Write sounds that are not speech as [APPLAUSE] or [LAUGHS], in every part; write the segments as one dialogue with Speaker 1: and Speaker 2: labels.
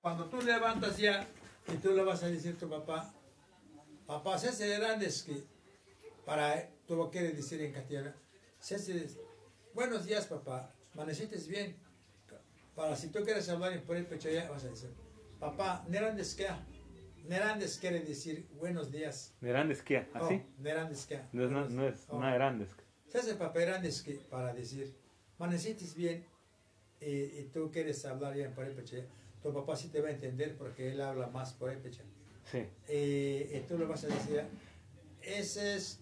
Speaker 1: Cuando tú levantas ya y tú le vas a decir a tu papá, papá, se grandes que para eh, tú lo quieres decir en castellano, se buenos días papá, amaneciste bien. Para si tú quieres hablar en por el pecho ya vas a decir, papá, nerandes que, nerandes quiere decir buenos días.
Speaker 2: Nerandes que, así.
Speaker 1: Oh, nerandes que.
Speaker 2: ¿Ah, No es, na- no es
Speaker 1: Oh.
Speaker 2: nada grandes.
Speaker 1: Se hace papá grandes que para decir, amaneciste bien y, y tú quieres hablar ya en Purépecha, pues, tu papá sí te va a entender porque él pues, habla más Purépecha.
Speaker 2: Sí.
Speaker 1: Y, y tú le vas a decir, ese es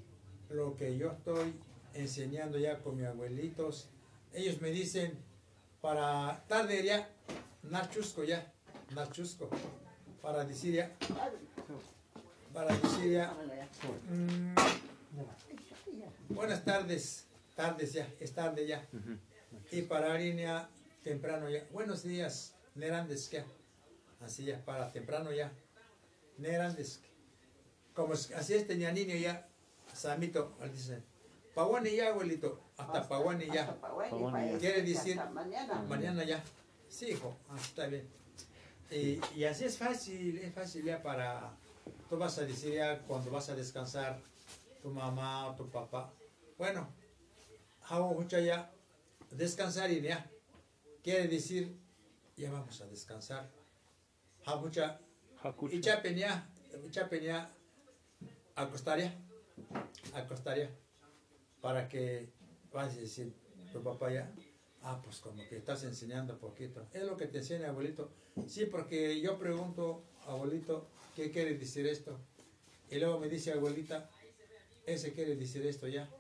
Speaker 1: lo que yo estoy enseñando ya con mis abuelitos. Ellos me dicen, para tarde ya, nachusco ya, nachusco, para decir ya, para decir ya, mm, buenas tardes, tardes ya, es tarde ya.
Speaker 2: Ujú.
Speaker 1: Y para línea temprano ya. Buenos días, Nerandes que. Así ya, para temprano ya. Nerandes que. Como es- así es, tenía niño ya. Samito, dicen. Pawani ya, abuelito. Hasta Pawani ya.
Speaker 2: Pawani.
Speaker 1: Quiere decir-
Speaker 3: este, Hasta mañana.
Speaker 1: Mañana ya. Sí, hijo. Ah, está bien. Y, y así es fácil, es fácil ya para... Tú vas a decir ya cuando vas a descansar, tu mamá o tu papá. Bueno, hago mucha ya, descansar y ya. Quiere decir, ya vamos a descansar. Hago mucha,
Speaker 2: Hakucho.
Speaker 1: y chapen ya, chapen ya, acostar ya, acostar ya, para que vas a decir tu papá ya, ah, pues como que estás enseñando poquito. Es lo que te enseña abuelito. Sí, porque yo pregunto, abuelito, ¿qué quiere decir esto? Y luego me dice abuelita, ese quiere decir esto ya.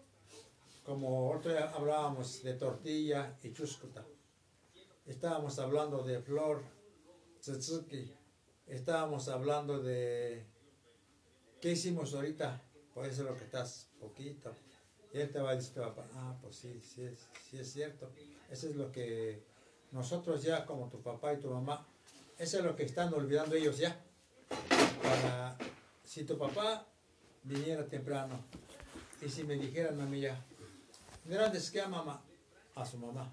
Speaker 1: Como otro día hablábamos de tortilla y chuscuta. Estábamos hablando de flor, tsutsuki. Estábamos hablando de qué hicimos ahorita. Pues eso es lo que estás poquito. Y él te va a decir, papá, ah, pues sí, sí es, sí es cierto. Eso es lo que nosotros ya, como tu papá y tu mamá, eso es lo que están olvidando ellos ya. Para, si tu papá viniera temprano y si me dijeran a mí ya, grandes que a mamá, a su mamá.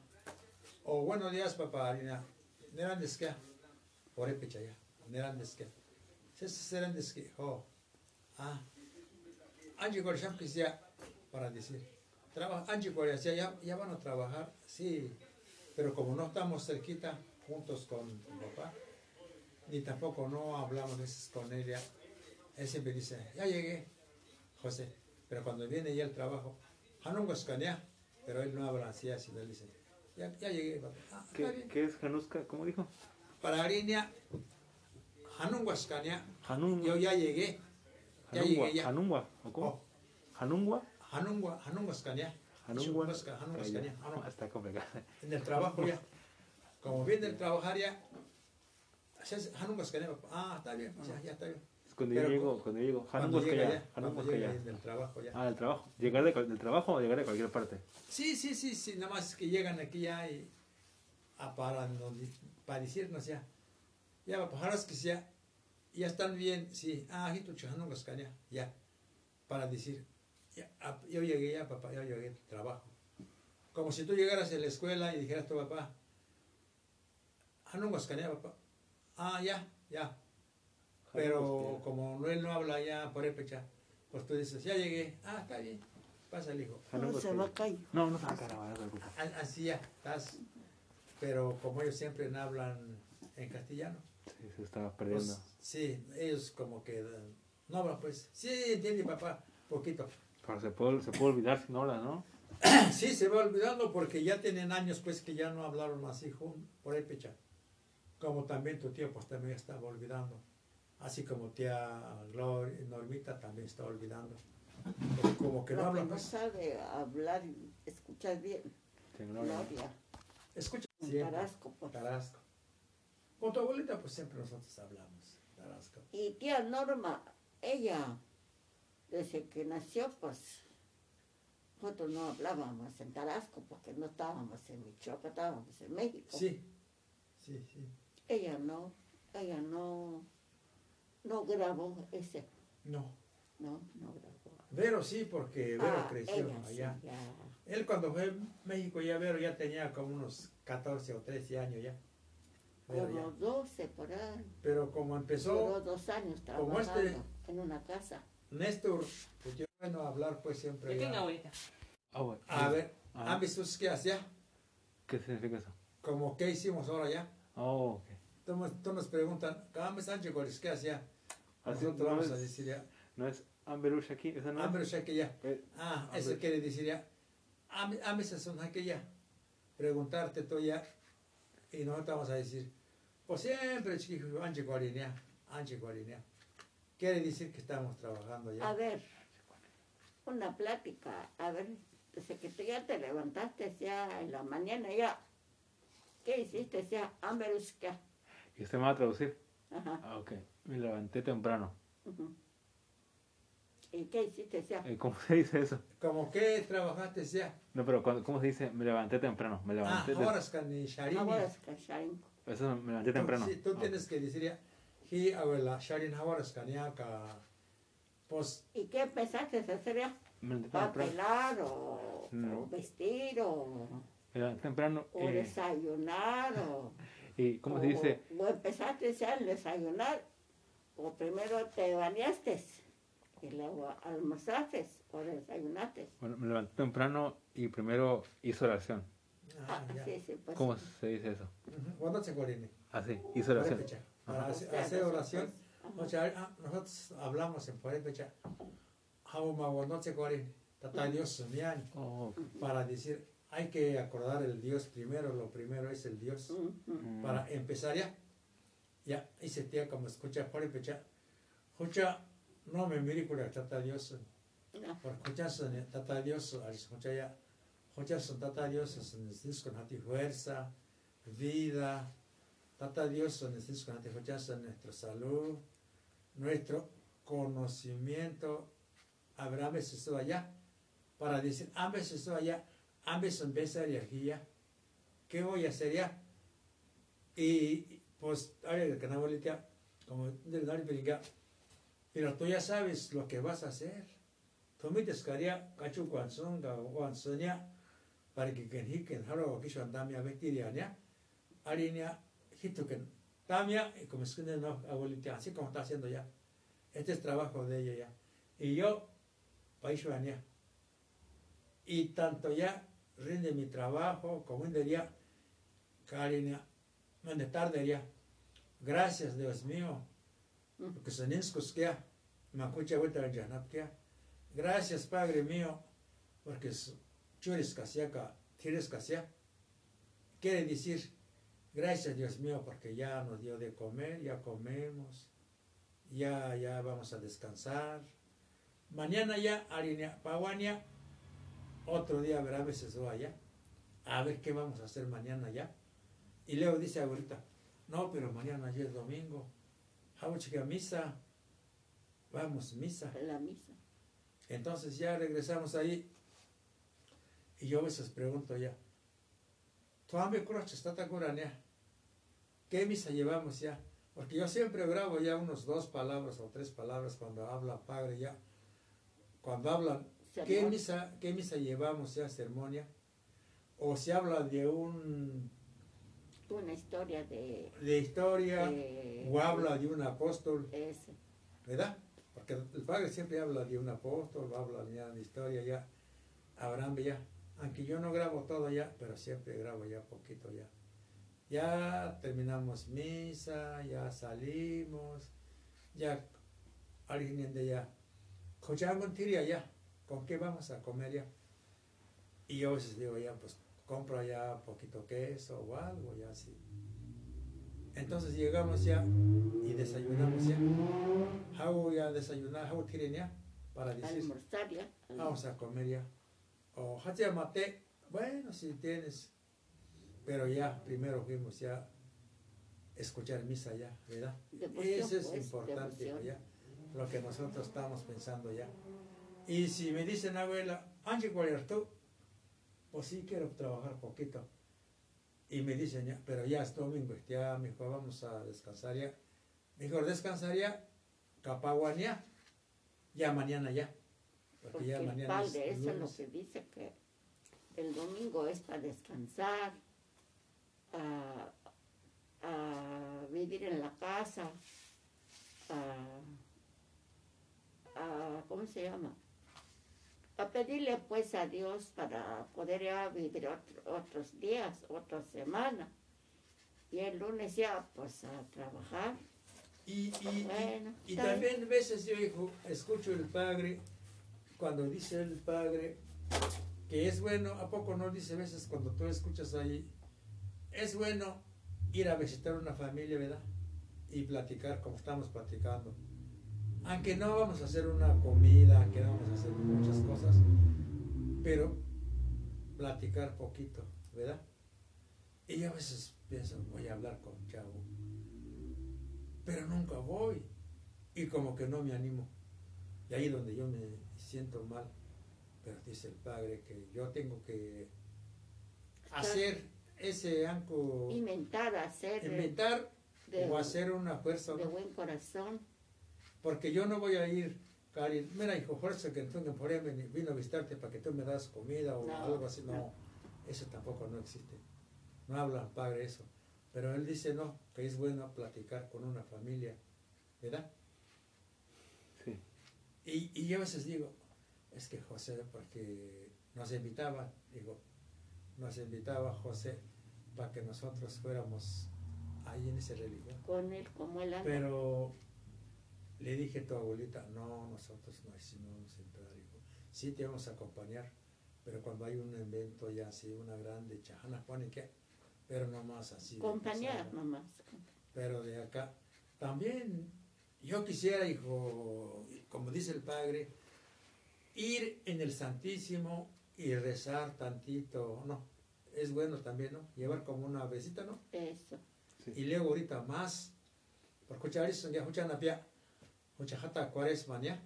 Speaker 1: O buenos días, papá, Arina. Grandes que, por pecha ya, grandes que. Se serán que, oh, ah. Angie Gorsham que sea para decir, trabaja, Angie Gorsham, ya, ya van a trabajar, sí, pero como no estamos cerquita juntos con tu papá, ni tampoco no hablamos a veces con ella, él siempre dice, ya llegué, José, pero cuando viene ya el trabajo, Hanungo escanea, pero él no habla así, así, él dice, ya, ya llegué, papá. "Ah, está
Speaker 2: ¿Qué,
Speaker 1: bien".
Speaker 2: qué es Hanuska? ¿Cómo dijo?
Speaker 1: Para Arinia, Hanungo escanea,
Speaker 2: Hanun,
Speaker 1: yo ya llegué, ya
Speaker 2: Hanungua.
Speaker 1: llegué ya.
Speaker 2: Hanungua. ¿O
Speaker 1: Oh.
Speaker 2: cómo? Hanungua.
Speaker 1: Hanungua, Hanunguascanea.
Speaker 2: Hanungua.
Speaker 1: Shunguasca- Hanunguascanea, Hanungua.
Speaker 2: [LAUGHS] Está complicado.
Speaker 1: Ah, En el trabajo ya. Como viene el trabajar ya. se hace Hanunguascanea. Ah, está bien, pues ya, ya está bien.
Speaker 2: Es cuando yo
Speaker 1: Pero
Speaker 2: llego, cuando yo llego.
Speaker 1: Cuando
Speaker 2: Hanungua
Speaker 1: llega
Speaker 2: ya.
Speaker 1: ya, cuando
Speaker 2: Hanungua
Speaker 1: llega
Speaker 2: ya.
Speaker 1: ahí del trabajo ya.
Speaker 2: Ah, del trabajo. ¿Llegar de cual- del trabajo o llegar de cualquier parte?
Speaker 1: Sí, sí, sí, sí, nada más que llegan aquí ya y a para, nos di- para decirnos ya. Ya, pajaras que ya, ya están bien, sí. Ah, aquí tu chajano ya, ya. Para decir, ya, ah, yo llegué ya, papá, yo llegué al trabajo. Como si tú llegaras a la escuela y dijeras tu papá, Hanun papá. Ah, ya, ya. Pero como no- él no habla ya por el pecha, pues tú dices, ya llegué. Ah, está bien, pasa el hijo.
Speaker 3: No se va a caer.
Speaker 2: No, no se va a caer, no se preocupe.
Speaker 1: A- Ah, Así ya, estás. Pero como ellos siempre no hablan en castellano,
Speaker 2: Sí, se estaba
Speaker 1: pues,
Speaker 2: perdiendo.
Speaker 1: sí, ellos como que eh, no hablan, pues. Sí, entiende papá, poquito.
Speaker 2: Pero se puede, se puede olvidar si no habla, ¿no?
Speaker 1: Sí, se va olvidando porque ya tienen años, pues, que ya no hablaron así, jun- por ahí, pecha. Como también tu tío, pues, también estaba olvidando. Así como tía Gloria, Normita también está olvidando. Porque Como que no
Speaker 3: Lo que
Speaker 1: hablan,
Speaker 3: no
Speaker 1: pues.
Speaker 3: sabe hablar, y escuchar bien.
Speaker 2: Si no habla.
Speaker 3: Gloria,
Speaker 1: Escucha.
Speaker 3: en
Speaker 1: siempre.
Speaker 3: Tarasco. pues.
Speaker 1: Tarasco. Con tu abuelita, pues, siempre nosotros hablamos. Tarasco.
Speaker 3: Y tía Norma, ella, desde que nació, pues, nosotros no hablábamos en Tarasco porque no estábamos en Michoacán, estábamos en México.
Speaker 1: Sí, sí, sí.
Speaker 3: Ella no, ella no, no grabó ese,
Speaker 1: No.
Speaker 3: no, no grabó.
Speaker 1: Vero sí, porque Vero
Speaker 3: Ah,
Speaker 1: creció
Speaker 3: ella sí,
Speaker 1: allá.
Speaker 3: ya.
Speaker 1: Él cuando fue a México ya Vero ya tenía como unos 14 o 13 años ya. Pero,
Speaker 3: como
Speaker 1: ya.
Speaker 3: 12 por ahí.
Speaker 1: Pero como
Speaker 3: Duró
Speaker 1: empezó
Speaker 3: dos años
Speaker 1: como
Speaker 3: trabajando
Speaker 1: este-
Speaker 3: en una casa.
Speaker 1: Néstor, pues yo bueno hablar pues siempre.
Speaker 4: ¿Qué
Speaker 1: ya.
Speaker 4: tenga abuelita?
Speaker 2: Agua.
Speaker 1: A ver,
Speaker 2: Ah.
Speaker 1: ¿han visto ustedes qué hacía?
Speaker 2: ¿Qué significa eso?
Speaker 1: Como qué hicimos ahora ya.
Speaker 2: Oh, ok.
Speaker 1: Tú nos, tú nos preguntan, ¿cómo están chicos? ¿Qué hacía?
Speaker 2: Así
Speaker 1: Nosotros
Speaker 2: no
Speaker 1: vamos a
Speaker 2: es-
Speaker 1: decir ya.
Speaker 2: No es Amberush aquí, esa no es.
Speaker 1: Hambre es aquella.
Speaker 2: Eh,
Speaker 1: Ah,
Speaker 2: hambre.
Speaker 1: eso quiere decir ya. ham- Hambre es una aquella. Preguntarte tú ya. Y nosotros vamos a decir, pues siempre chiquillos, anche cuarinea, anche cuarinea. Quiere decir que estamos trabajando
Speaker 3: A
Speaker 1: ya.
Speaker 3: ver, una plática. A ver, desde que te- ya te levantaste ya en la mañana, ya. ¿Qué hiciste? Ya, Amberuska.
Speaker 2: Y usted me va a traducir.
Speaker 3: Ajá. [LAUGHS]
Speaker 2: Ah, ok. Me levanté temprano.
Speaker 3: ujú. ¿Y qué hiciste? Ya.
Speaker 2: Eh, ¿Cómo [LAUGHS] se dice eso?
Speaker 1: Como que trabajaste ya.
Speaker 2: No, pero cuando- ¿cómo se dice? Me levanté temprano. Me
Speaker 1: Ah,
Speaker 2: levanté des-
Speaker 1: ahora es que ni sharini.
Speaker 3: Ahora es Kasharinko.
Speaker 2: Eso me levanté temprano.
Speaker 1: Sí, tú
Speaker 2: Ah,
Speaker 1: tienes que decir ya. Hi, abuela, sharin ahora es que ni acá. Pues
Speaker 3: ¿Y qué empezaste a hacer ya?
Speaker 2: Me levanté
Speaker 3: ¿A
Speaker 2: temprano.
Speaker 3: pelar o,
Speaker 2: No.
Speaker 3: o vestir o,
Speaker 2: Me levanté temprano.
Speaker 3: o
Speaker 2: eh,
Speaker 3: desayunar o...
Speaker 2: ¿Y cómo
Speaker 1: Oh.
Speaker 2: se
Speaker 3: o-
Speaker 2: dice?
Speaker 3: O empezaste ya a desayunar, o primero te bañaste, y luego almorzaste o desayunaste.
Speaker 2: Bueno, me levanté temprano y primero hice oración.
Speaker 1: ah,
Speaker 3: Ah,
Speaker 1: ya.
Speaker 3: sí, sí, pues.
Speaker 2: ¿Cómo se dice eso?
Speaker 1: Ujú, Cuando se cuarine.
Speaker 2: Así, hice oración.
Speaker 1: Purépecha. Para
Speaker 3: O
Speaker 1: hacer,
Speaker 3: sea,
Speaker 1: hacer
Speaker 3: nosotros-
Speaker 1: oración,
Speaker 3: pues, ajá.
Speaker 1: o sea, ah, nosotros hablamos en Purépecha, Haumaguanoche Corin, Tata Dios Sumiani,
Speaker 2: Oh, ok.
Speaker 1: para decir, hay que acordar el Dios primero, lo primero es el Dios.
Speaker 3: Ujú.
Speaker 2: Mm.
Speaker 1: Para empezar ya, ya, y se tía como escucha Purépecha, escucha, no me miricula, Tata Dios,
Speaker 3: Ah,
Speaker 1: por escuchar su Tata Dios, al escuchar ya, escuchar su Tata Dios, es necesito con ti fuerza, vida, Tata Dios, necesito con ti fuerza, nuestra salud, nuestro conocimiento. Habrá veces esto allá, para decir, a veces esto allá, a veces empezar y aquí ya, ¿qué voy a hacer ya? Y pues, ahora el canal ahorita, como del Dari Piringa, pero tú ya sabes lo que vas a hacer. Tú me descaría, cacho, guanzonga, guanzonia, para que quien hiquen, haro, que yo andamia, vestiría, alinia, hito que tamia, y como es que no, abuelita, así como está haciendo ya. Este es trabajo de ella ya. Y yo, país ya. Y tanto ya rinde mi trabajo como un día, cariño, mande tarde ya. Gracias, Dios mío, porque son inscos que me escucha vuelta en Janap que Gracias, Padre mío, porque churis casiaca, tires casia. Quiere decir, gracias Dios mío, porque ya nos dio de comer, ya comemos, ya, ya vamos a descansar. Mañana ya, harina, paguania, otro día verá a veces o allá, a ver qué vamos a hacer mañana ya. Y luego dice ahorita, no, pero mañana ya es domingo, vamos a misa, vamos misa.
Speaker 3: La misa.
Speaker 1: Entonces ya regresamos ahí y yo a veces pregunto ya, ¿tú me croches tata curanea? ¿Qué misa llevamos ya? Porque yo siempre grabo ya unos dos palabras o tres palabras cuando habla padre ya. Cuando hablan, ¿qué
Speaker 3: Sermón.
Speaker 1: misa, qué misa llevamos ya, sermonia? O se habla de un
Speaker 3: Una historia de... eh,
Speaker 1: de historia,
Speaker 3: de-
Speaker 1: o habla de un apóstol,
Speaker 3: Ese.
Speaker 1: ¿verdad? Porque el padre siempre habla de un apóstol, habla ya de historia, ya Abraham ya. Aunque yo no grabo todo ya, pero siempre grabo ya poquito ya. Ya terminamos misa, ya salimos, ya alguien de ya. Cochamos tiria ya, ¿con qué vamos a comer ya? Y yo a veces digo ya, pues compro ya poquito queso o algo ya así. Entonces llegamos ya y desayunamos ya. Hago ya desayunar, hago tiren ya, para decir,
Speaker 3: Almorzar ya.
Speaker 1: vamos a comer ya. O hacía mate, bueno, si tienes. Pero ya, primero fuimos ya a escuchar misa ya, ¿verdad?
Speaker 3: Devoción,
Speaker 1: Eso es
Speaker 3: pues,
Speaker 1: importante
Speaker 3: devoción.
Speaker 1: ya, lo que nosotros estamos pensando ya. Y si me dicen, abuela, Ángel Guayar, tú, pues sí quiero trabajar poquito. Y me dicen, ya, pero ya es domingo, ya, mejor vamos a descansar ya. Mejor descansaría, capaguan ya, ya mañana ya. Porque,
Speaker 3: Porque
Speaker 1: ya
Speaker 3: el
Speaker 1: mañana
Speaker 3: padre,
Speaker 1: es
Speaker 3: eso es lo
Speaker 1: lunes.
Speaker 3: que dice, que el domingo es para descansar, a, a vivir en la casa, a, a- ¿cómo se llama? A pedirle pues a Dios para poder ya vivir otro- otros días, otras semanas. Y el lunes ya pues a trabajar.
Speaker 1: Y, y,
Speaker 3: Bueno,
Speaker 1: y, y
Speaker 3: está bien.
Speaker 1: también a veces yo hijo, escucho el padre, cuando dice el padre que es bueno, ¿a poco no dice a veces cuando tú escuchas ahí? Es bueno ir a visitar una familia, ¿verdad? Y platicar como estamos platicando. Aunque no vamos a hacer una comida, aunque no vamos a hacer muchas cosas, pero platicar poquito, ¿verdad? Y yo a veces pienso, voy a hablar con Chavo pero nunca voy. Y como que no me animo. Y ahí donde yo me siento mal, pero dice el padre que yo tengo que hacer ese anco,
Speaker 3: Inventar, hacer de,
Speaker 1: inventar
Speaker 3: de-
Speaker 1: o hacer una fuerza,
Speaker 3: de
Speaker 1: ¿no?
Speaker 3: buen corazón.
Speaker 1: porque yo no voy a ir, Cari, mira hijo, fuerza que tú por ahí veni- vino a visitarte para que tú me das comida o
Speaker 3: No,
Speaker 1: algo así, no,
Speaker 3: no.
Speaker 1: eso tampoco no existe. No habla el padre eso, pero él dice no, que es bueno platicar con una familia, ¿verdad?
Speaker 2: Sí.
Speaker 1: Y, y yo a veces digo, es que José, porque nos invitaba, digo, nos invitaba José para que nosotros fuéramos ahí en esa religión.
Speaker 3: con él como él
Speaker 1: Pues,
Speaker 3: anda.
Speaker 1: Pero le dije a tu abuelita, no, nosotros no sí no vamos a entrar, hijo. Sí te vamos a acompañar, pero cuando hay un evento ya así, una grande chajana, pone que, pero nomás así. de
Speaker 3: Compañía
Speaker 1: pasada.
Speaker 3: nomás.
Speaker 1: Pero de acá, también yo quisiera, hijo, como dice el padre, ir en el Santísimo y rezar tantito, ¿no? Es bueno también, ¿no? Llevar como una besita, ¿no?
Speaker 3: Eso.
Speaker 1: Y luego ahorita más, por escuchar eso, ya escuchan a pia, escucha jata cuaresma, ¿ya?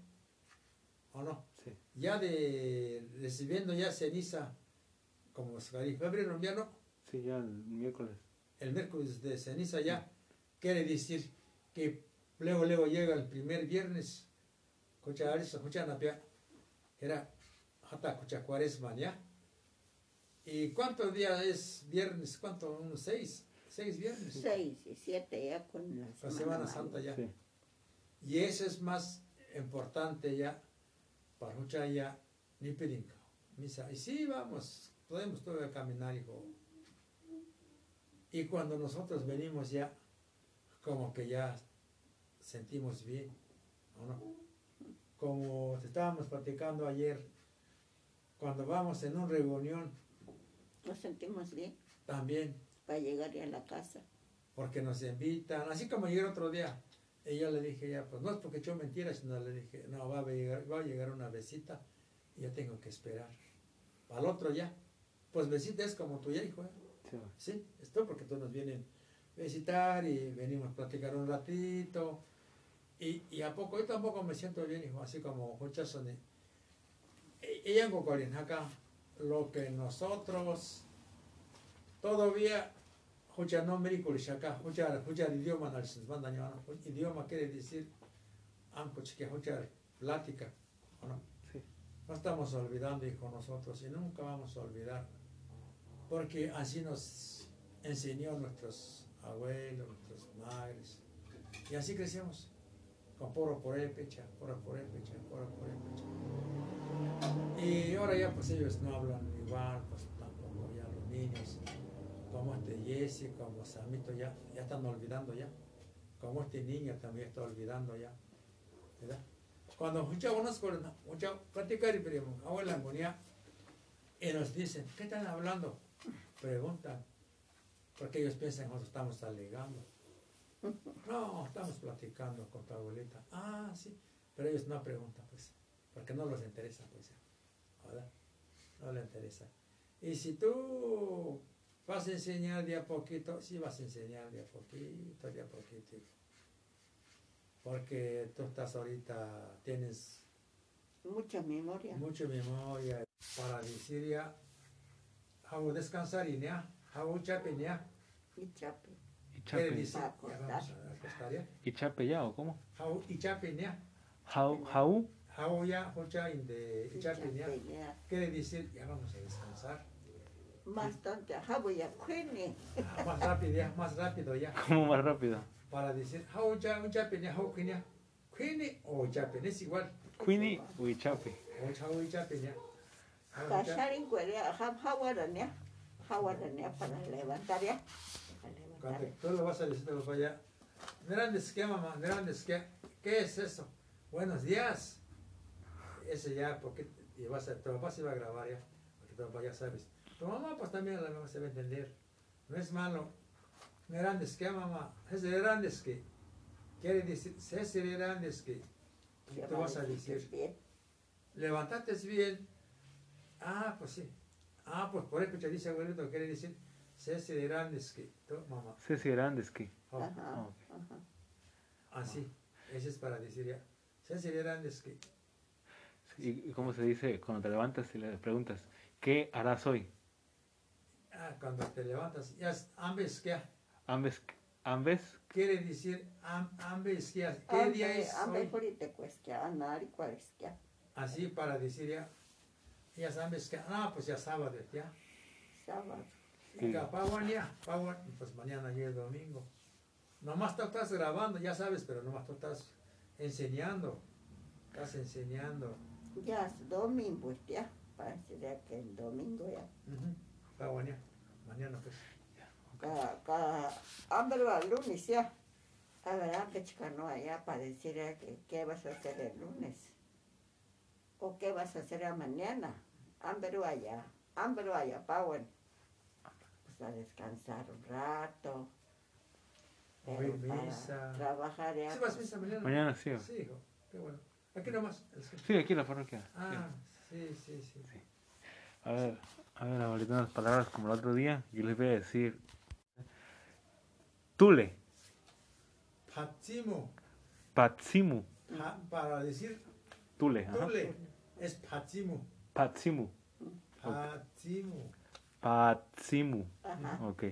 Speaker 1: ¿O no?
Speaker 2: Sí.
Speaker 1: Ya de recibiendo ya ceniza, como se dice, febrero, ya no,
Speaker 2: Sí, ya el miércoles.
Speaker 1: el miércoles de ceniza ya, quiere decir que luego, luego llega el primer viernes, escucha eso, escuchan a pia, era jata escucha cuaresma, ¿ya? ¿Y cuántos días es viernes? ¿Cuánto? ¿Unos seis? ¿Seis viernes?
Speaker 3: Seis y siete ya con la
Speaker 1: La
Speaker 3: Semana
Speaker 1: Semana
Speaker 3: Mayor.
Speaker 1: Santa ya.
Speaker 2: Sí.
Speaker 1: Y eso es más importante ya para mucha ya ni pedinca. Misa. Y sí, vamos, podemos todavía caminar, hijo. Y cuando nosotros venimos ya, como que ya sentimos bien, ¿o no? Como te estábamos platicando ayer, cuando vamos en una reunión
Speaker 3: Nos sentimos bien
Speaker 1: también
Speaker 3: para llegar ya a la casa.
Speaker 1: porque nos invitan, así como llegué otro día, y yo le dije ya, pues no es porque yo mentira, sino le dije, no, va a llegar, va a llegar una besita, y yo tengo que esperar, al otro ya, pues besita es como tu ya, hijo, ¿eh?
Speaker 2: sí.
Speaker 1: sí, esto porque todos nos vienen a visitar y venimos a platicar un ratito, y, y a poco, yo tampoco me siento bien, hijo, así como muchas son, de- y- y en Cocorín, acá, lo que nosotros todavía Escucha, no miércoles acá, escuchar, escuchar idioma, no se manda ni mano. Idioma quiere decir, anco que escuchar plática, ¿o no?
Speaker 2: Sí.
Speaker 1: No estamos olvidando, hijo, nosotros, y nunca vamos a olvidar, porque así nos enseñó nuestros abuelos, nuestros madres, y así crecimos, con poro por E, pecha, poro por pecha, poro por pecha. Y ahora ya, pues ellos no hablan igual, pues tampoco ya los niños como este Jesse, como Samito, ya, ya están olvidando ya. Como este niño también está olvidando ya. ¿Verdad? Cuando escuchamos unos corona, escuchamos platicar y primo, abuela Angonia, y nos dicen, ¿qué están hablando? Preguntan, porque ellos piensan que nosotros estamos alegando. No, estamos platicando con tu abuelita. Ah, sí, pero ellos no preguntan, pues, porque no les interesa, pues, ya. ¿verdad? No les interesa. Y si tú Vas a enseñar de a poquito, sí vas a enseñar de a poquito, de a poquito. hijo. Porque tú estás ahorita, tienes
Speaker 3: Mucha memoria.
Speaker 1: mucha memoria para decir ya, hago descansar y ya, hago chapen ya,
Speaker 3: Y chape.
Speaker 2: Y
Speaker 1: quiere
Speaker 2: chape.
Speaker 1: decir, ya vamos a acostar ya,
Speaker 2: ¿Y chape ya o cómo?
Speaker 1: hago y chapen ya,
Speaker 2: How, how,
Speaker 1: hago ya, hocha in de
Speaker 3: y
Speaker 1: y chapen ya,
Speaker 3: chape ya.
Speaker 1: quiere decir, ya vamos a descansar,
Speaker 3: bastante ajabu y acuene.
Speaker 1: Ah, Más rápido ya, más rápido ya.
Speaker 2: ¿Cómo más rápido?
Speaker 1: Para decir, how ya, un chape, ya, how quenia. Quene o chape, es igual.
Speaker 2: Queenie Huichapi.
Speaker 1: O chao y chape ya. Hau ya.
Speaker 3: Tasharin cuerea, jam jaguaranea, jaguaranea para levantar ya. Para
Speaker 1: Cuando
Speaker 3: levantar.
Speaker 1: tú lo vas a decir a los allá, grandes que mamá, grandes que, ¿qué es eso? Buenos días. Ese ya, porque y vas a, tu papá se va a grabar ya, porque tu papá ya sabes. Tu mamá pues también la mamá se va a entender. No es malo. Grandes que mamá, es de grandes que. Quiere decir, se es de grandes que. Y
Speaker 3: Se
Speaker 1: tú
Speaker 3: va
Speaker 1: vas a decir,
Speaker 3: bien.
Speaker 1: levantate bien. Ah, pues sí. Ah, pues por eso te dice abuelito, quiere decir, se es de grandes que. Tu mamá.
Speaker 2: Ceci Grandeski.
Speaker 1: Oh.
Speaker 3: Ajá,
Speaker 2: ok.
Speaker 3: ajá.
Speaker 1: Así, Ah, ese es para decir ya. Se sería grandes que.
Speaker 2: ¿Y y cómo se dice cuando te levantas y le preguntas, ¿qué harás hoy?
Speaker 1: Ah, cuando te levantas, ya es ambes que. ah,
Speaker 2: ¿Ambes? ¿Ambes?
Speaker 1: Quiere decir am, ambes que. ah, ¿Qué día
Speaker 3: Ambe,
Speaker 1: es
Speaker 3: ambe
Speaker 1: hoy?
Speaker 3: purite cuestia, nari cuaresquia.
Speaker 1: Así para decir ya. Ya sabes que. Ah, pues ya sábado, ya.
Speaker 3: Sábado.
Speaker 2: Sí.
Speaker 1: Y paguan ya. Paguan. Pues mañana ya es domingo. Nomás tú estás grabando, ya sabes, pero nomás tú estás enseñando. Estás enseñando.
Speaker 3: Ya es domingo, pues, ya. Parecería que el domingo ya.
Speaker 1: Ujú. Paguan ya. Mañana pues.
Speaker 3: Ka, ka, hambre va el ah, lunes ya. A ver, hambre chicano allá para decir que qué vas a hacer el lunes. O qué vas a hacer a mañana. Hambre allá. Hambre allá, Pauen. Pues a descansar un rato.
Speaker 1: Oye,
Speaker 3: Pero para
Speaker 1: misa.
Speaker 3: trabajar ya.
Speaker 1: ¿Sí vas a misa mañana?
Speaker 2: Mañana sí. o-
Speaker 1: Sí, hijo. Qué bueno. Aquí nomás.
Speaker 2: Sí, aquí en la parroquia. sí.
Speaker 1: Ah, sí, sí, sí.
Speaker 2: A ver, a ver, ahorita unas palabras como el otro día. Yo les voy a decir, Tule,
Speaker 1: Patsimo,
Speaker 2: Patsimu,
Speaker 1: pa- para decir
Speaker 2: Tule, Mm. ajá.
Speaker 1: tole, es patsimo,
Speaker 2: Patsimu,
Speaker 1: patsimo,
Speaker 2: Patsimu,
Speaker 3: Ajá,
Speaker 2: ok.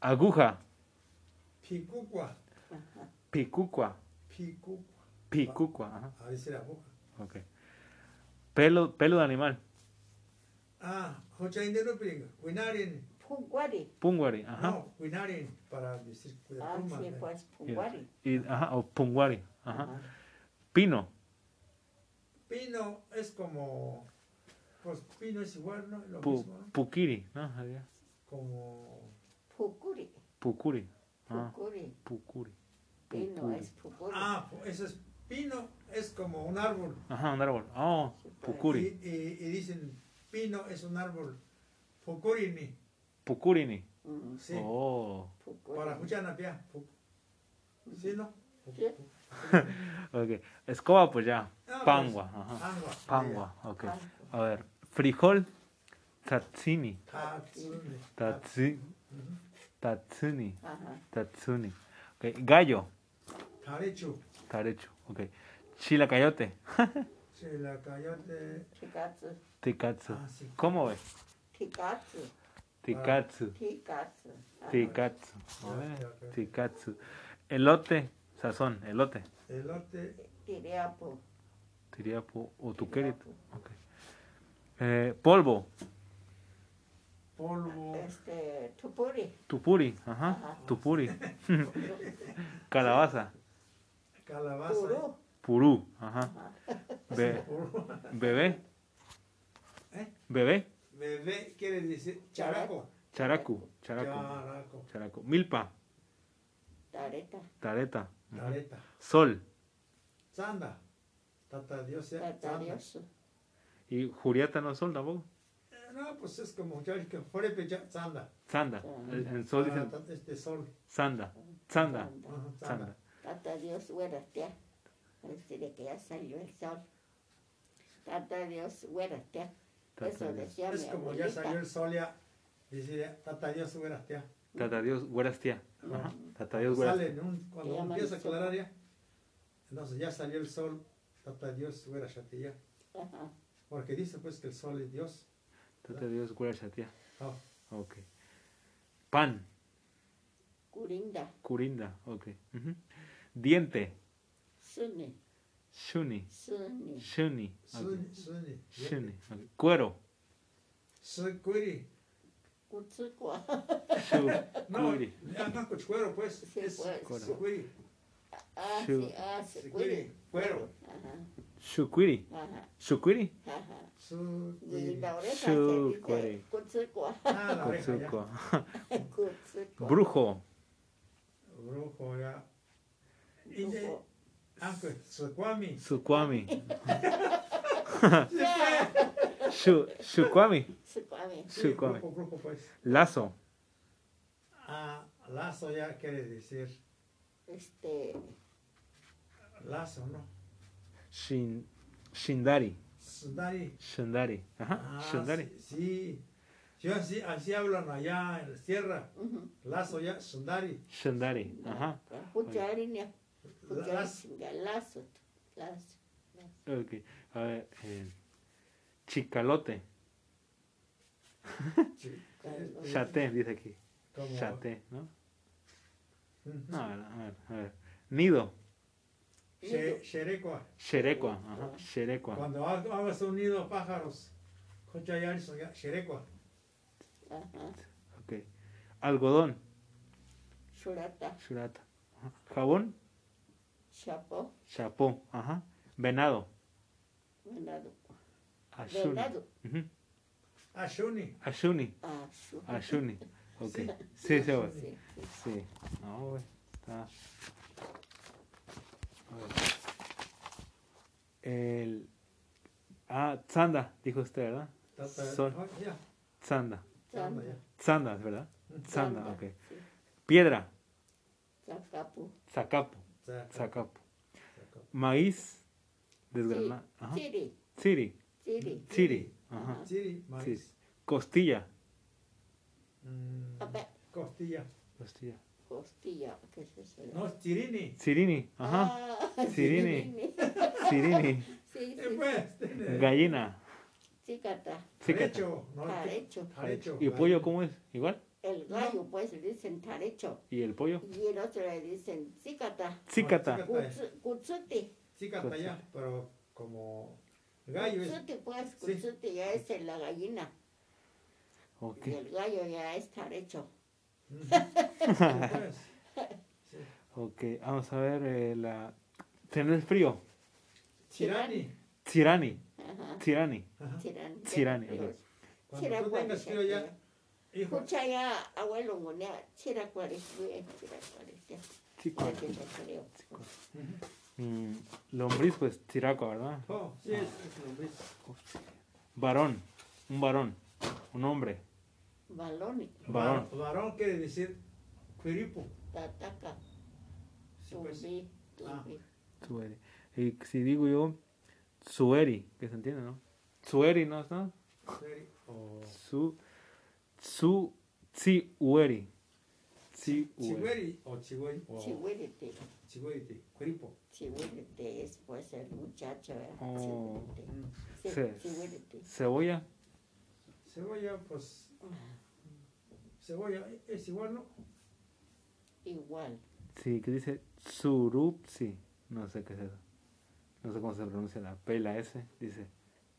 Speaker 2: Aguja,
Speaker 1: picucua,
Speaker 3: ajá.
Speaker 2: Picucua,
Speaker 1: picucua,
Speaker 2: Picucua, ajá,
Speaker 1: a decir aguja.
Speaker 2: ok. Pelo, pelo de animal,
Speaker 1: Ah, hocha indero pinga, winaren,
Speaker 3: Punguari.
Speaker 2: Punguari, ajá.
Speaker 1: no, winaren, para decir
Speaker 3: Ah,
Speaker 1: cuidado,
Speaker 3: sí, pues Punguari.
Speaker 2: Y, ajá, o Punguari, ajá.
Speaker 3: Ajá.
Speaker 2: Pino,
Speaker 1: Pino es como, pues pino es igual, ¿no? Lo
Speaker 2: pu-
Speaker 1: mismo, ¿no?
Speaker 2: Pukiri, ¿no? Allá.
Speaker 1: Como,
Speaker 3: Pucuri.
Speaker 2: Pukuri, ajá,
Speaker 3: Pucuri.
Speaker 2: Pukuri.
Speaker 3: Pino
Speaker 2: Pucuri.
Speaker 3: es Pucuri.
Speaker 1: ah, eso es, pino es como un árbol.
Speaker 2: Ajá, un árbol. Oh, Pukuri.
Speaker 1: Y, y- y dicen, pino es un árbol, pucurini,
Speaker 2: Pucurini.
Speaker 3: Mm,
Speaker 1: sí.
Speaker 2: Oh.
Speaker 3: Pucuri.
Speaker 1: Para Huchanapia. ¿Sí, no?
Speaker 3: Sí.
Speaker 2: Ok. Escoba, pues ya.
Speaker 1: Ah,
Speaker 2: Pangua.
Speaker 1: pues,
Speaker 2: Ajá.
Speaker 1: Pangua.
Speaker 2: Pangua. Ok.
Speaker 3: Pangua.
Speaker 2: A ver. Frijol. Tatsini.
Speaker 1: Ah, Tatsune.
Speaker 2: Tatsi. Tatsuni.
Speaker 3: Ajá.
Speaker 2: Tatsuni. Ok. Gallo.
Speaker 1: Tarechu.
Speaker 2: Tarecho. Ok. Chilacayote.
Speaker 1: Se la cayote.
Speaker 3: Tikatsu.
Speaker 2: Tikatsu.
Speaker 1: Ah, sí.
Speaker 2: ¿Cómo ves?
Speaker 3: Tikatsu.
Speaker 2: Tikatsu.
Speaker 3: Tikatsu. Ajá.
Speaker 2: Tikatsu. A
Speaker 1: Ah,
Speaker 2: ver.
Speaker 1: ok.
Speaker 2: Tikatsu. Elote. Sazón. Elote.
Speaker 1: Elote.
Speaker 3: Tiriapu.
Speaker 2: Tiriapo o tuquerito. Ok. Eh, polvo.
Speaker 1: Polvo.
Speaker 3: Este, Tupuri.
Speaker 2: Tupuri, ajá,
Speaker 3: Ajá.
Speaker 2: tupuri. [LAUGHS] Calabaza,
Speaker 1: Calabaza.
Speaker 3: Puru.
Speaker 2: purú, ajá.
Speaker 3: Ajá.
Speaker 2: Be-
Speaker 1: Puro.
Speaker 2: bebé,
Speaker 1: ¿Eh?
Speaker 2: bebé,
Speaker 1: Bebé quiere decir characo.
Speaker 2: characu, characu,
Speaker 1: Characo.
Speaker 2: characu. Milpa,
Speaker 3: Tareta.
Speaker 2: tareta, ajá.
Speaker 1: Tareta.
Speaker 2: sol
Speaker 1: Sanda. Tata Dios sea. Sanda.
Speaker 3: Tartarioso.
Speaker 2: y juriata no sol tampoco.
Speaker 1: Eh, No, pues es como ya que fuere pecha. Sanda.
Speaker 2: Sanda, el- en sol
Speaker 1: Para
Speaker 2: dicen
Speaker 1: ta- Este sol.
Speaker 2: sanda, sanda,
Speaker 1: Ajá,
Speaker 2: sanda.
Speaker 1: Sanda.
Speaker 3: Tartarioso hueratea. Este, de que ya salió el sol. Tartarioso hueratea. Eso
Speaker 2: Tatadios,
Speaker 3: decía
Speaker 1: Es
Speaker 3: mi
Speaker 1: como ya salió
Speaker 3: abuelita.
Speaker 1: el sol ya. Dice, tata Dios fuera, tía.
Speaker 2: tatadios, guerastia, ajá. Tatadios,
Speaker 1: sale
Speaker 2: guerastia.
Speaker 1: en un- cuando
Speaker 3: Que llaman
Speaker 1: empieza a
Speaker 3: el sol.
Speaker 1: aclarar ya, entonces ya salió el sol, tata Dios, güera Shatilla,
Speaker 3: Ajá.
Speaker 1: porque dice pues que el sol es Dios.
Speaker 2: Tatadios, guerastia.
Speaker 1: Ah,
Speaker 2: Ok. Pan,
Speaker 3: Curinda.
Speaker 2: curinda, ok. ujú. Diente,
Speaker 3: Suni.
Speaker 2: shuni,
Speaker 3: Suni.
Speaker 2: shuni. ok.
Speaker 1: Suni, Suni,
Speaker 2: Shuni, ok. Cuero,
Speaker 1: Sukuri,
Speaker 3: Cuchucua.
Speaker 1: [LAUGHS] No,
Speaker 2: Chucuri.
Speaker 1: andan con cuero, pues.
Speaker 3: Sí,
Speaker 1: es
Speaker 3: pues.
Speaker 2: Cuero.
Speaker 1: sucuri,
Speaker 3: Ah,
Speaker 2: Chu-
Speaker 3: sí, ah, sí,
Speaker 1: sucuri, cuero.
Speaker 3: Ajá,
Speaker 2: Chucuiri.
Speaker 3: ajá,
Speaker 2: Chucuiri.
Speaker 3: ajá. Y
Speaker 1: Sucuri.
Speaker 3: la oreja
Speaker 2: Chu-
Speaker 3: se dice
Speaker 2: cuere.
Speaker 3: cuchucua.
Speaker 1: Ah, la oreja ya.
Speaker 2: Cuchuco.
Speaker 3: Cuchucua.
Speaker 2: Brujo.
Speaker 1: Brujo ya. Y de,
Speaker 3: Brujo.
Speaker 1: aunque
Speaker 2: [LAUGHS]
Speaker 1: sucuami. pues.
Speaker 2: Sucuami.
Speaker 3: Ya,
Speaker 2: Shu- Shukwami.
Speaker 3: sucuame.
Speaker 1: Sí,
Speaker 2: Sucuami.
Speaker 1: brujo, brujo, pues.
Speaker 2: Lazo.
Speaker 1: Ah, lazo ya quiere decir
Speaker 3: Este,
Speaker 1: lazo, ¿no?
Speaker 2: Shin, shindari.
Speaker 1: Sundari.
Speaker 2: Shindari. Ajá.
Speaker 1: Ah,
Speaker 2: shindari.
Speaker 1: sí, sí. Yo así, así hablan allá en la sierra.
Speaker 3: ujú.
Speaker 1: Lazo ya, sundari.
Speaker 2: Shindari. Ajá.
Speaker 3: Cuchariña,
Speaker 1: Lazo.
Speaker 3: cuchariña, lazo, lazo.
Speaker 2: Ok. A ver. eh, chicalote.
Speaker 1: sí,
Speaker 2: Chaté, dice aquí.
Speaker 1: como-
Speaker 2: Chaté, ¿no?
Speaker 1: Ujú.
Speaker 2: No, a ver, a ver, a ver. Nido.
Speaker 1: She- Sherecua.
Speaker 2: Sherecua. Ajá. Sherecua.
Speaker 1: Cuando ha- hagas un nido, pájaros. Escucha ya, eso ya, Sherecua.
Speaker 3: Ajá,
Speaker 2: Ok. Algodón.
Speaker 3: surata,
Speaker 2: Shurata. Ajá. Jabón.
Speaker 3: chapo,
Speaker 2: Chapó. Ajá. Venado.
Speaker 3: venado.
Speaker 2: Ashuni.
Speaker 3: Venado,
Speaker 2: Ujú.
Speaker 1: Ah, Ashuni.
Speaker 2: Ashuni.
Speaker 3: ah, su-
Speaker 2: Ashuni. Ok.
Speaker 1: Sí.
Speaker 2: Sí, se va.
Speaker 3: sí, sí.
Speaker 2: Sí. No, güey. Está. A ver. El. Ah, Tzanda, dijo usted, ¿verdad?
Speaker 1: Ta- ta-
Speaker 2: Sol.
Speaker 1: oh, ya,
Speaker 2: Tzanda.
Speaker 1: ya anda ya.
Speaker 2: Tzanda, ¿verdad?
Speaker 3: Sanda,
Speaker 2: Tzanda, ok.
Speaker 3: sí.
Speaker 2: Piedra,
Speaker 3: Zacapu.
Speaker 2: Zacapo.
Speaker 1: Saca,
Speaker 2: Zacapo.
Speaker 1: saca.
Speaker 2: Maíz, desgranada. Ajá.
Speaker 3: Chiri,
Speaker 2: Siri.
Speaker 3: chiri.
Speaker 2: Siri. Ajá.
Speaker 3: Ajá.
Speaker 1: Sí, Ah, maíz.
Speaker 2: Costilla.
Speaker 1: Mm,
Speaker 3: Ape-
Speaker 1: Costilla.
Speaker 2: Costilla.
Speaker 3: Costilla, ¿qué es eso?
Speaker 1: No, chirini.
Speaker 2: Sirini. Ajá.
Speaker 3: Ah,
Speaker 2: Sirine. Sirini.
Speaker 3: Sí,
Speaker 1: Eh,
Speaker 3: sí,
Speaker 1: pues, tiene
Speaker 2: Gallina.
Speaker 3: chicata,
Speaker 2: Cícata.
Speaker 1: Tarecho, ¿no?
Speaker 3: tarecho.
Speaker 1: Tarecho.
Speaker 2: ¿Y el pollo cómo es? Igual.
Speaker 3: El gallo, pues, le dicen tarecho.
Speaker 2: ¿Y el pollo?
Speaker 3: Y el otro le dicen chicata,
Speaker 2: Cícata.
Speaker 3: cuchu- cuchuti.
Speaker 1: Cícata ya, pero como gallo es.
Speaker 3: Cuchuti, pues,
Speaker 1: Sí.
Speaker 3: cuchuti ya es en la gallina.
Speaker 2: Ok.
Speaker 3: Y el gallo ya es tarecho.
Speaker 1: [LAUGHS] Ujú. Sí, pues.
Speaker 2: Ok, vamos a ver eh, la... Tener frío.
Speaker 1: Chirani.
Speaker 2: Tirani.
Speaker 3: Ajá.
Speaker 2: Tirani.
Speaker 1: Ajá.
Speaker 3: Chirán.
Speaker 2: [LAUGHS] Chirán, ok.
Speaker 1: Cuando tú tengas frío ya, hijo,
Speaker 3: Escucha ya, abuelo Monea, eh, chiracuares, bien, chiracuares, ya.
Speaker 2: Chico.
Speaker 3: Ya tengo frío.
Speaker 2: Mm, lombriz, pues tiraco, ¿verdad?
Speaker 1: oh, sí, es, es lombriz.
Speaker 2: Varón. Un varón. Un hombre.
Speaker 3: Balón,
Speaker 2: Varón.
Speaker 1: Var- Varón quiere decir cuiripo.
Speaker 3: tataca,
Speaker 1: Sí, pues.
Speaker 3: subí,
Speaker 1: Ah.
Speaker 3: subí.
Speaker 2: Tsueri. Y si digo yo, Tsueri, que se entiende, ¿no? Tsueri, ¿no? ¿No?
Speaker 1: Cuiri- o-
Speaker 2: Su... Su... Tsiueri. Tsiueri.
Speaker 1: Chigüeri o chigüey o
Speaker 3: Chihuérete,
Speaker 1: chigüerite, cuiripo.
Speaker 3: chihuérete es pues el muchacho, ¿eh?
Speaker 2: Oh.
Speaker 3: Chihuérete.
Speaker 1: Mm.
Speaker 3: Sí,
Speaker 2: Sí.
Speaker 3: chihuérete.
Speaker 2: Cebolla.
Speaker 1: Cebolla, pues. Cebolla eh, es igual, ¿no?
Speaker 3: Igual,
Speaker 2: Sí, que dice Surupsi. No sé qué es eso. No sé cómo se pronuncia la P y la S. Dice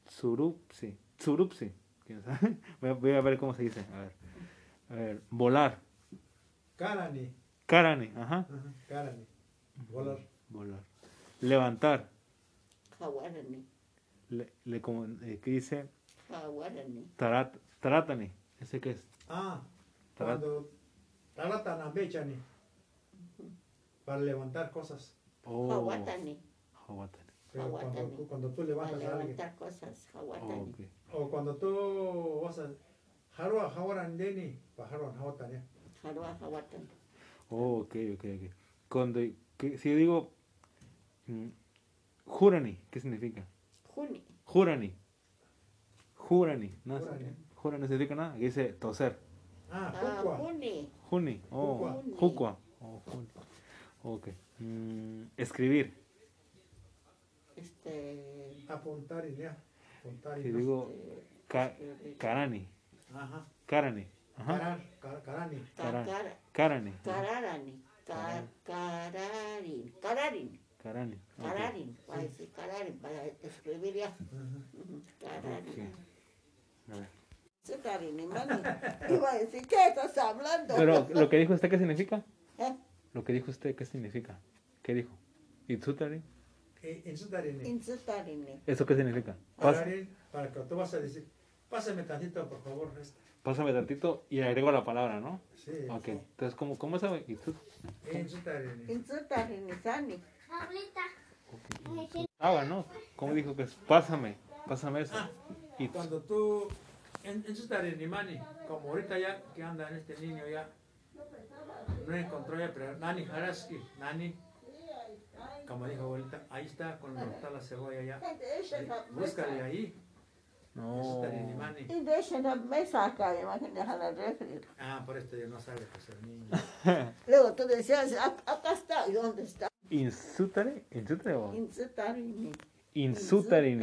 Speaker 2: Surupsi. Surupsi. ¿Quién sabe? [LAUGHS] Voy a, voy a ver cómo se dice. A ver. A ver. Volar.
Speaker 1: Carani.
Speaker 2: Karani. Ajá.
Speaker 1: Ajá, Carani. Volar.
Speaker 2: Volar. Levantar.
Speaker 3: jaguarani,
Speaker 2: Le, le como, eh, ¿Qué dice?
Speaker 3: jaguarani.
Speaker 2: Tarat, taratani. ¿Ese qué es?
Speaker 1: Ah,
Speaker 2: Tarat-
Speaker 1: cuando taratanambechani. Para levantar cosas.
Speaker 2: Oh.
Speaker 3: Jaguatani,
Speaker 2: Jaguatani.
Speaker 1: Pero cuando,
Speaker 3: Aguántame.
Speaker 1: tú- cuando tú
Speaker 3: para
Speaker 1: levantas a alguien.
Speaker 3: levantar cosas,
Speaker 2: Oh,
Speaker 3: jaguatani.
Speaker 2: ok.
Speaker 1: O cuando tú vas a. Harua Hawarandeni. Pajaron Hawatania.
Speaker 3: Jarua, jaguatani.
Speaker 2: Oh, ok, ok, ok. Cuando, que- si yo digo mm, Jurani, ¿qué significa?
Speaker 3: Juni,
Speaker 2: Jurani. Jurani. No,
Speaker 1: Jurani.
Speaker 2: jurani. no significa nada. Aquí dice toser.
Speaker 1: Ah,
Speaker 3: ah,
Speaker 1: Jucua.
Speaker 3: juni,
Speaker 2: Juni. Oh,
Speaker 3: Jucua.
Speaker 2: jucua. Oh, juni. Ok. Mm, escribir.
Speaker 3: este,
Speaker 1: Apuntar y ya. Apuntar
Speaker 2: Si
Speaker 1: y ya.
Speaker 2: digo Oh. ca-
Speaker 3: eh,
Speaker 2: carani.
Speaker 1: Ajá.
Speaker 2: Carani. Ajá.
Speaker 1: Carar, car- carani.
Speaker 2: Cara-
Speaker 3: cacara.
Speaker 2: Carani.
Speaker 3: Cararani, car, cararin, cararin,
Speaker 2: Carani. ok.
Speaker 3: cararin, para decir
Speaker 2: [LAUGHS]
Speaker 3: cararin, para escribir ya.
Speaker 1: Ajá.
Speaker 3: Ujú, Cararin.
Speaker 2: Ok. A ver.
Speaker 3: Sudari ni mani. [LAUGHS] Iba a decir, ¿qué estás hablando?
Speaker 2: Pero lo que dijo usted, ¿qué significa?
Speaker 3: ¿Eh?
Speaker 2: Lo que dijo usted, ¿qué significa? ¿Qué dijo? ¿Itsutari?
Speaker 1: Eh, En su tarini.
Speaker 3: Insudari ni.
Speaker 2: ¿Eso qué significa? Pas-
Speaker 1: Para, ir- para que tú vas a decir, pásame tantito, por favor, esta.
Speaker 2: pásame tantito y agrego la palabra, ¿no?
Speaker 1: Sí,
Speaker 2: Ok, entonces, ¿cómo, cómo sabe? Itsu-
Speaker 1: en su tarini.
Speaker 3: Insudari ni sani.
Speaker 4: Pablita,
Speaker 2: Agua, ¿no? ¿Cómo dijo que es? Pásame, pásame eso.
Speaker 1: Ah,
Speaker 2: Y
Speaker 1: Cuando tú, en, en su tarini, mani, como ahorita ya que anda en este niño ya, no encontró ya, pero Nani Haraski, Nani, como dijo abuelita, ahí está, cuando está la cebolla ya. Búscale ahí, en su tarini,
Speaker 2: no.
Speaker 1: mani.
Speaker 3: Y dejen la mesa acá, imagínate a la refri.
Speaker 1: Ah, por esto ya no sabe pues el niño.
Speaker 3: Luego tú decías, "Ac- acá está, ¿y dónde está?
Speaker 2: Insutare, insutare o
Speaker 3: Insudari ni.
Speaker 2: insutarini.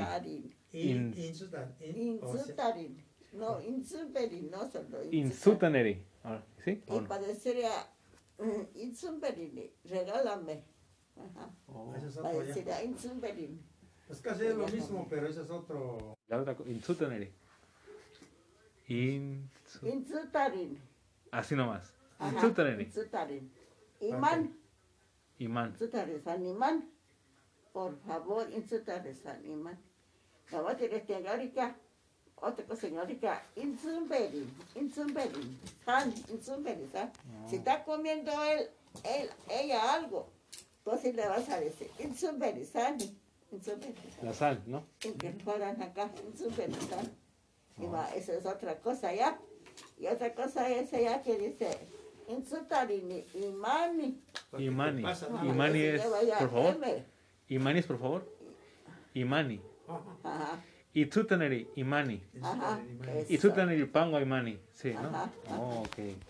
Speaker 1: In,
Speaker 3: Insudari
Speaker 2: In-
Speaker 1: in su tar-
Speaker 3: ni.
Speaker 1: in- o sea,
Speaker 3: Insudari ni. No, insuberi, no solo. insudari.
Speaker 2: Insutaneri. Ahora, ¿Sí? ¿O
Speaker 3: Y
Speaker 2: no?
Speaker 3: para decirle a mm, Insumberini, regálame. Ajá.
Speaker 2: Oh.
Speaker 1: ah, ese es
Speaker 3: Para
Speaker 1: otro ya.
Speaker 3: decirle a Insumberini.
Speaker 1: Es casi es lo mismo, pero ese es otro.
Speaker 2: La otra co- Insutaneri. Insu-
Speaker 3: Insutarin.
Speaker 2: Así nomás.
Speaker 3: Ajá,
Speaker 2: Insutaneri.
Speaker 3: Insutarin. Imán,
Speaker 2: Imán.
Speaker 3: Insutares Imán. Por favor, Insutares Imán. La voz de señorica, otra cosa señorica, Insumberin, Insumberin, San, Insumberin, San.
Speaker 2: Ah.
Speaker 3: Si está comiendo él, él, ella algo, entonces le vas a decir, Insumberin, San, Insumberin.
Speaker 2: La sal, ¿no?
Speaker 3: en que fueran acá en su ventana. Y
Speaker 2: Ah.
Speaker 3: va, esa es otra cosa ya. Y otra cosa es ya que dice, en su tarini, y mami.
Speaker 2: Imani.
Speaker 1: Pasa nada.
Speaker 2: Imani. es, por favor.
Speaker 3: M.
Speaker 2: Imani es, por favor. Imani.
Speaker 1: Ajá,
Speaker 3: Ajá,
Speaker 2: Itsutaneri, Imani.
Speaker 1: en su
Speaker 3: ajá.
Speaker 1: tarini, mani.
Speaker 3: eso.
Speaker 2: Itsutaneri, pango, Imani. Sí, ¿no?
Speaker 3: Ajá, ajá.
Speaker 2: Oh, ok.